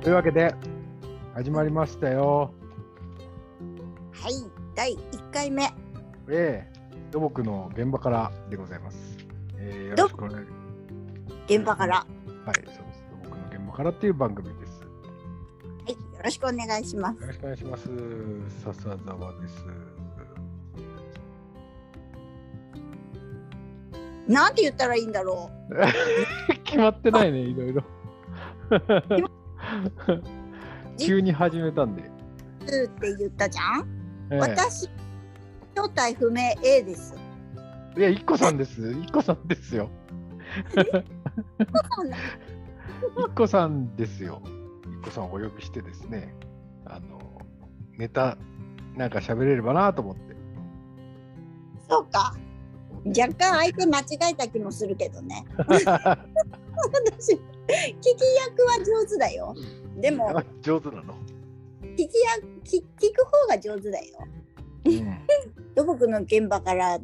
というわけで始まりましたよ。はい、第一回目。ええ土木の現場からでございます。えー、よどろしくお願い現場から。ははい、そうです。土木の現場からっていう番組です。い、よろしくお願いしますよ。ろしくお願いします。笹沢です。なんて言ったらいいんだろ決まってないね、いろ いろ。急に始めたんで。う。うーって言ったじゃん。ええ私。正体不明 A です。 いや、いっこさんです。いっこさんですよ。そうなんいっこさんですよ。いっこさんをお呼びしてですね、あの、ネタなんか喋れればなと思って。そうか。若干相手間違えた気もするけどね。私。聞き役は上手だよ。でも、 上手なの。聞きや、聞、聞く方が上手だよ。うん、土木の現場から。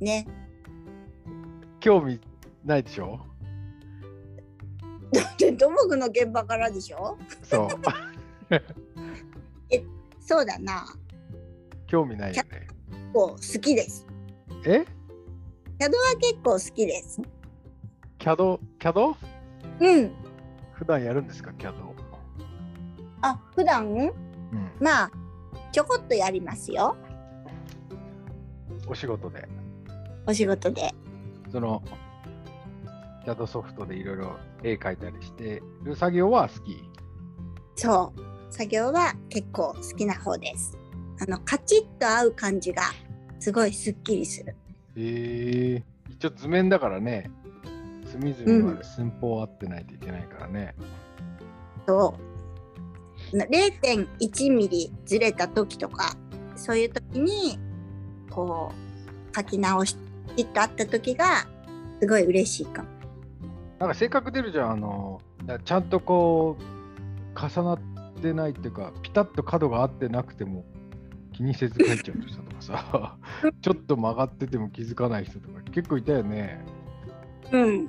ね。 興味ないでしょだって土木の現場からでしょそう。 そうだな。興味ないよね。結構好きです。えキャドは結構好きです。キャドキャドうん。普段やるんですか、キャドあ、普段うん。まあちょこっとやりますよ。お仕事で。お仕事で。その、キャドソフトでいろいろ絵描いたりしてる作業は好き。そう。作業は結構好きな方です。あのカチッと合う感じがすごいすっきりする。へえ一応図面だからね隅々まで寸法合ってないといけないからね、そう。な0.1ミリずれた時とかそういう時にこう書き直しきっとあった時がすごい嬉しいかも。なんか性格出るじゃんあのだちゃんとこう重なってないっていうかピタッと角が合ってなくても気にせず描いちゃう人とかさちょっと曲がってても気づかない人とか結構いたよねうん。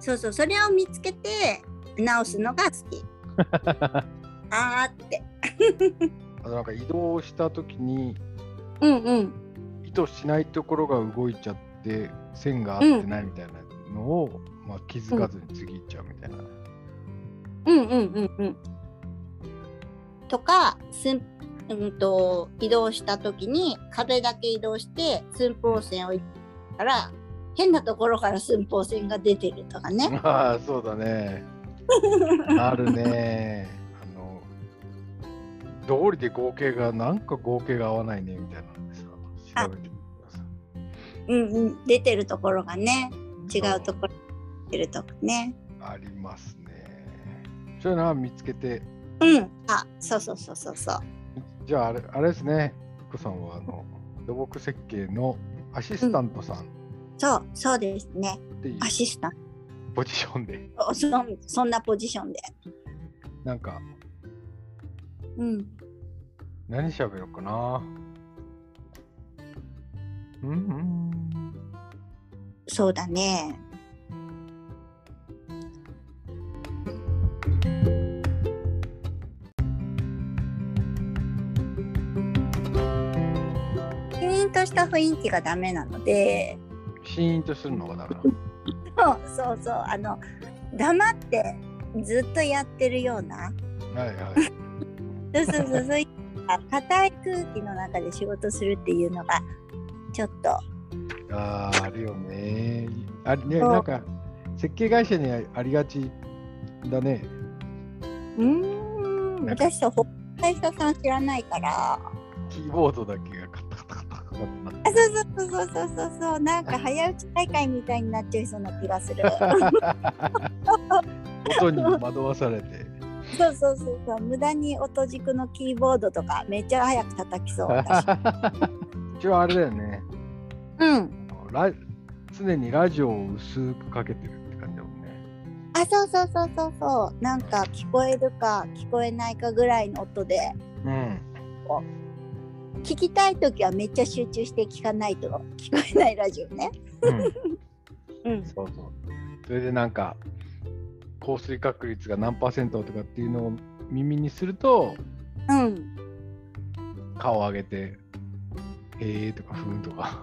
そうそうそれを見つけて直すのが好き。あーって。あとなんか移動した時にうんうん。意図しないところが動いちゃって線が合ってないみたいなのを、まあ、気づかずに次行っちゃうみたいな、うんうんうんうん。とか寸、うん、と移動した時に壁だけ移動して寸法線を行ったら変なところから寸法線が出てるとか ね。ああそうだねあるねあの道理で合計がなんか合計が合わないねみたいなのでさ調べてみてくださいうんうん、出てるところがね違うところ出てるとかね。ありますねそういうのは見つけてうん。あそうそうそうそうそう。じゃああれあれですねいっこさんはあの土木設計のアシスタントさんそうそうですね。っていうアシスタンポジションでト。そそんなポジションで。なんかうん。何喋ろうかなうんうんそうだね。シーンとした雰囲気がダメなので、シーンとするのがダメなのそうそうそうあの黙ってずっとやってるような、はいはいそうそうそうそういった硬い空気の中で仕事するっていうのがちょっとあーあるよね。あれね、そうなんか設計会社にはありがちだね。うーん私と北海社さん知らないから。キーボードだけがカタカタカタカタなってあそうそうそうそうそうそうそうなんか早打ち大会みたいになっちゃいそうな気がす る音に惑わされて。そうそうそうそう無駄に音軸のキーボードとかめっちゃ早く叩きそう私一応あれだよね。うんラ常にラジオを薄くかけてるって感じだもんね。あそうそうそうそうそうなんか聞こえるか聞こえないかぐらいの音でうん。聞きたい時はめっちゃ集中して聞かないと聞こえないラジオねうん、うんそうそう。それでなんか降水確率が何パーセントとかっていうのを耳にするとうん。顔を上げて「へえ」とか「ふーん」とか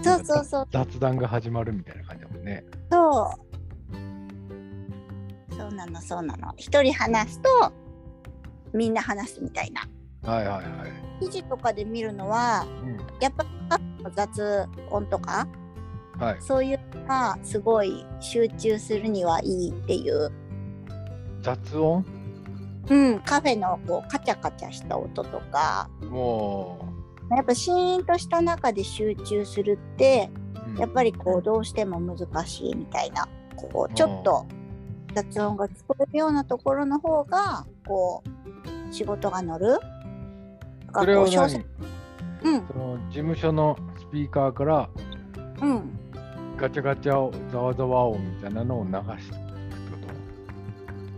そうそうそう雑談が始まるみたいな感じだもんね。そう。そうなの、そうなの。一人話すと、みんな話すみたいな。はいはいはい。記事とかで見るのは、うやっぱ雑音とか、ん、はいそういうのがすごい集中するにはいいっていう。雑音うん、カフェのこうカチャカチャした音とか、もやっぱシーンとした中で集中するって、う、うんやっぱりこうどうしても難しいみたいなこうちょっと雑音が聞こえるようなところの方がこう仕事が乗るだそかれらこはう小何説うんその事務所のスピーカーからうんガチャガチャをざわざわ音みたいなのを流してくってこ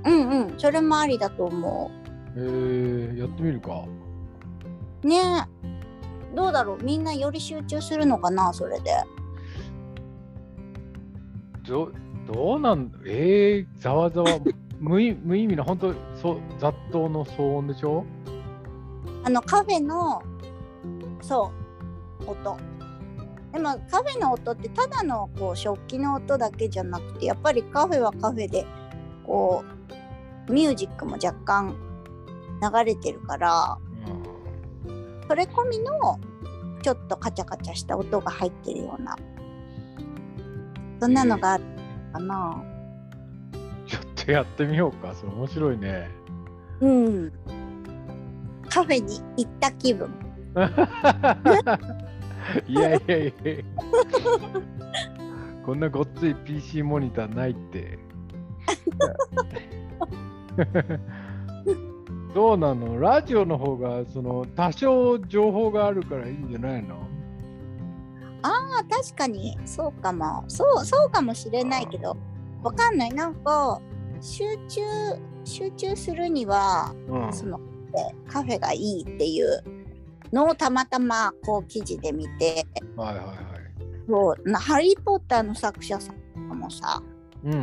うんうんそれもありだと思とへえやってみるか。うねえどうだろうみんなより集中するのかなそれでどどうなんえー、ざわ ざわ無意無意味な本当そう雑踏の騒音でしょあのカフェのそう音でもカフェの音ってただのこう食器の音だけじゃなくてやっぱりカフェはカフェでこうミュージックも若干流れてるからうそれ込みのちょっとカチャカチャした音が入ってるようなそんなのがあるかな、んちょっとやってみようかそれ面白いねうんカフェに行った気分いやいやいやいやこんなごっつい PC モニターないって どうなのラジオの方がその多少情報があるからいいんじゃないのまあ確かにそうかもそうそうかもしれないけどわかんないなんか集中集中するにはうんそのカフェがいいっていうのをたまたまこう記事で見てはいはいはいそうな「ハリー・ポッター」の作者さんもさうんカ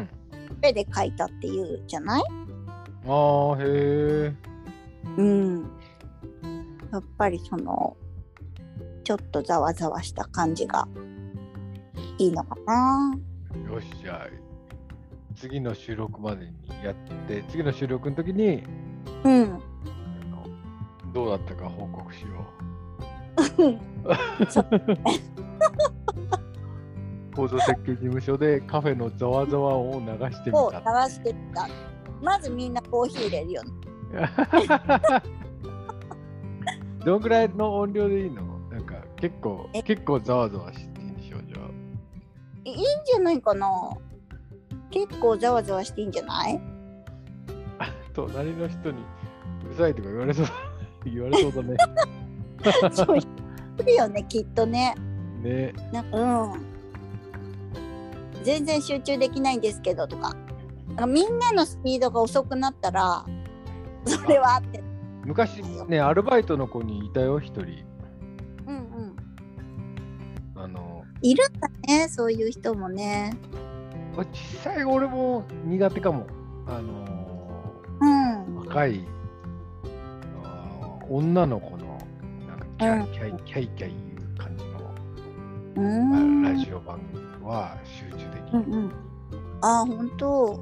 フェで書いたっていうじゃないああへえうんやっぱりそのちょっとざわざわした感じがいいのかなよしじゃあ次の収録までにやって次の収録の時にうんあのどうだったか報告しようんう構造設計事務所でカフェのざわざわ音を流してみをた垂らしてったまずみんなコーヒー入れるよね どんぐらいの音量でいいのなんか結構結構ざわざわしていいんでしょうじゃいいんじゃないかな結構ざわざわしていいんじゃない あ隣の人にうるさいとか言わ れそう言われそうだねそういるよねきっとねねなんかうん全然集中できないんですけどとかなんかみんなのスピードが遅くなったらそれはあって昔ねアルバイトの子にいたよ一人うんうんあのいるんだねそういう人もねまあ実際俺も苦手かも。あのうんー、若いあー女の子のなんかキャイキャイキャイキャイいう感じの、うーあんラジオ番組は集中できうる。んうんあ本当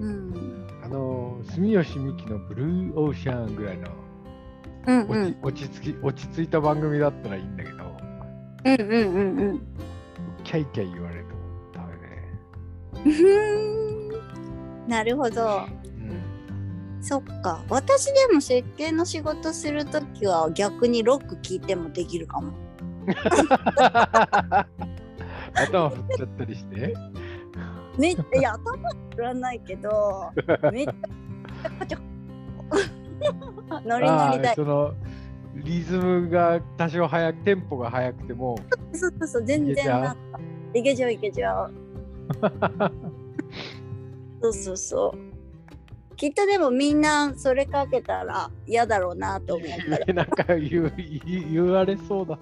うんうんあのー住吉美紀のブルーオーシャンぐらいのうんう落ち,、落んち着き落ち着いた番組だったらいいんだけど、うんうんうんうんキャイキャイ言われるとダメね。うふんなるほどうん、 そっか私でも設計の仕事するときは逆にロック聞いてもできるかも頭振っちゃったりして。めっちゃいや頭振らないけ どめっちゃこちょこちょ ノリノリあだーそのリズムが多少速くテンポが速くてもそうそうそう全いけ然ちゃうなんかいけちゃういけちゃうそうそうそうきっとでもみんなそれかけたら嫌だろうなと思う からなんか言う言言われそうだ。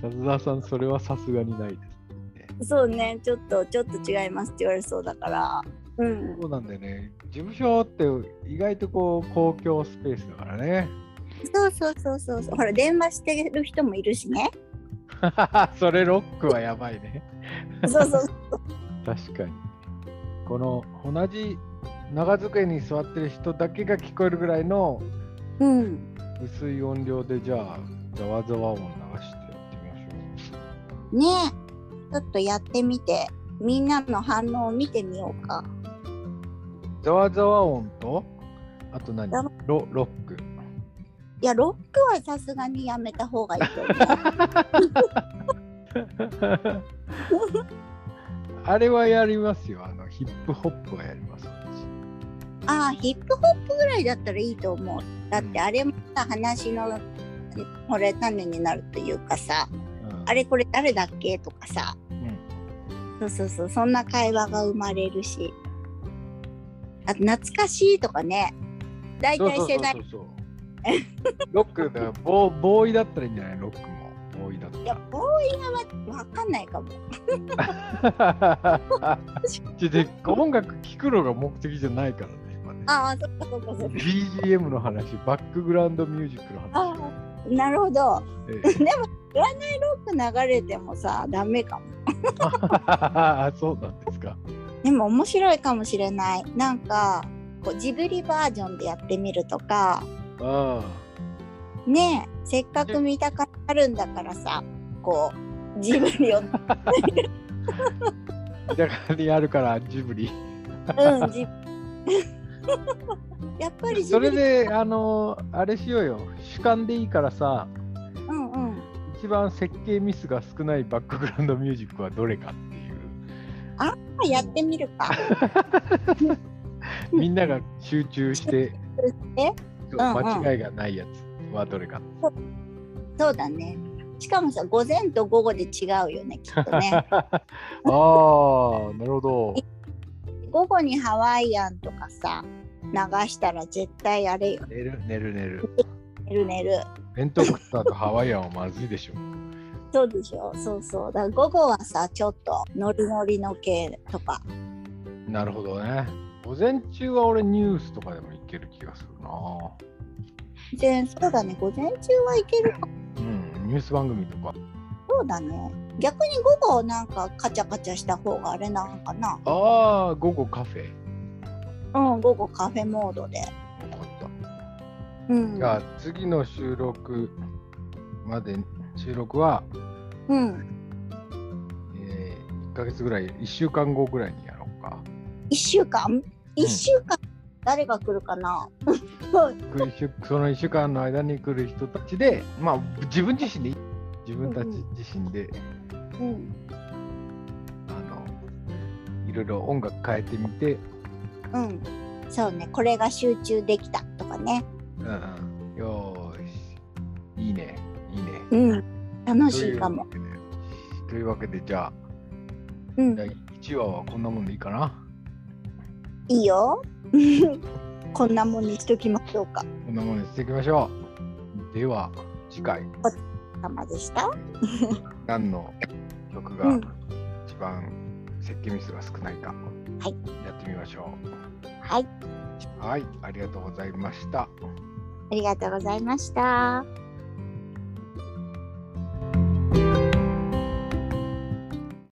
さずらさんそれはさすがにないです、ね。そうねちょっとちょっと違いますって言われそうだからうんそうなんだよね。事務所って意外とこう公共スペースだからね。そうそうそうそうそうほら電話してる人もいるしね それロックはやばいね。そうそう確かに。この同じ長机に座ってる人だけが聞こえるぐらいのうん薄い音量でじゃあざわざわ音流してやってみましねえちょっとやってみてみんなの反応を見てみようかょう。ざわざわ音とあと何ざわロロック。 いやロックはさすがにやめた方がいいと思うあれはやりますよ。あのヒップホップはやります。ああヒップホップぐらいだったらいいと思うだってあれもさ話のこれ種になるというかさうんあれこれ誰だっけとかさうんそうそうそうそんな会話が生まれるしあと懐かしいとかね大体世代そうそう そうそうロックだからボーボーイだったらいいんじゃないロックもボーイだいやっボーイがわわかんないかもたら ちょで音楽聴くのが目的じゃないからね今ねああそっかそっかそっか BGM の話バックグラウンドミュージックのあ話、あなるほどえでも占いロック流れてもさダメかもえ、 そうなんですかでも面白いかもしれないなんかこうジブリバージョンでやってみるとかあねえせっかく見たかあるんだからさこうジブリをうんあだからやるからジブリ ジやっぱりジそブれリであのあれしようよ主観でいいからさうんうん一番設計ミスが少ないバックグラウンドミュージックはどれかっていう まあやってみるか みんなが集中して、えそううんうん間違いがないやつはどれ か。そうだねしかもさ午前と午後で違うよねきっと ねああ、なるほど。午後にハワイアンとかさ流したら絶対あれよ寝る寝る寝る。寝る寝る弁当食った後ハワイアンはまずいでしょ。そうでしょそうそうだから午後はさちょっとノリノリの系とかなるほどね。午前中は俺ニュースとかでもいける気がするな。でそうだね午前中はいけるかうん、ニュース番組とか。そうだね逆に午後なんかカチャカチャした方があれなのかなああ、午後カフェ。うん午後カフェモードで分かった。うんじゃあ次の収録まで収録は、うんえー、1ヶ月ぐらい、1週間後ぐらいにやろうか。 1週間1週間誰が来るかな一週その1週間の間に来る人たちで、まあ、自分自身でいい自分たち自身で、うんあのいろいろ音楽変えてみて、うんそうねこれが集中できたとかねうんうん、よーしいいねいいねうん楽しいかもというわけでというわけでじゃあうん第1話はこんなもんでいいかないいよ こんなもんにしときましょうかこんなもんにしていきましょうでは次回様でした何の曲うがん一番設計ミスが少ないか、はいやってみましょはい、うはいありがとうございましたありがとうございました。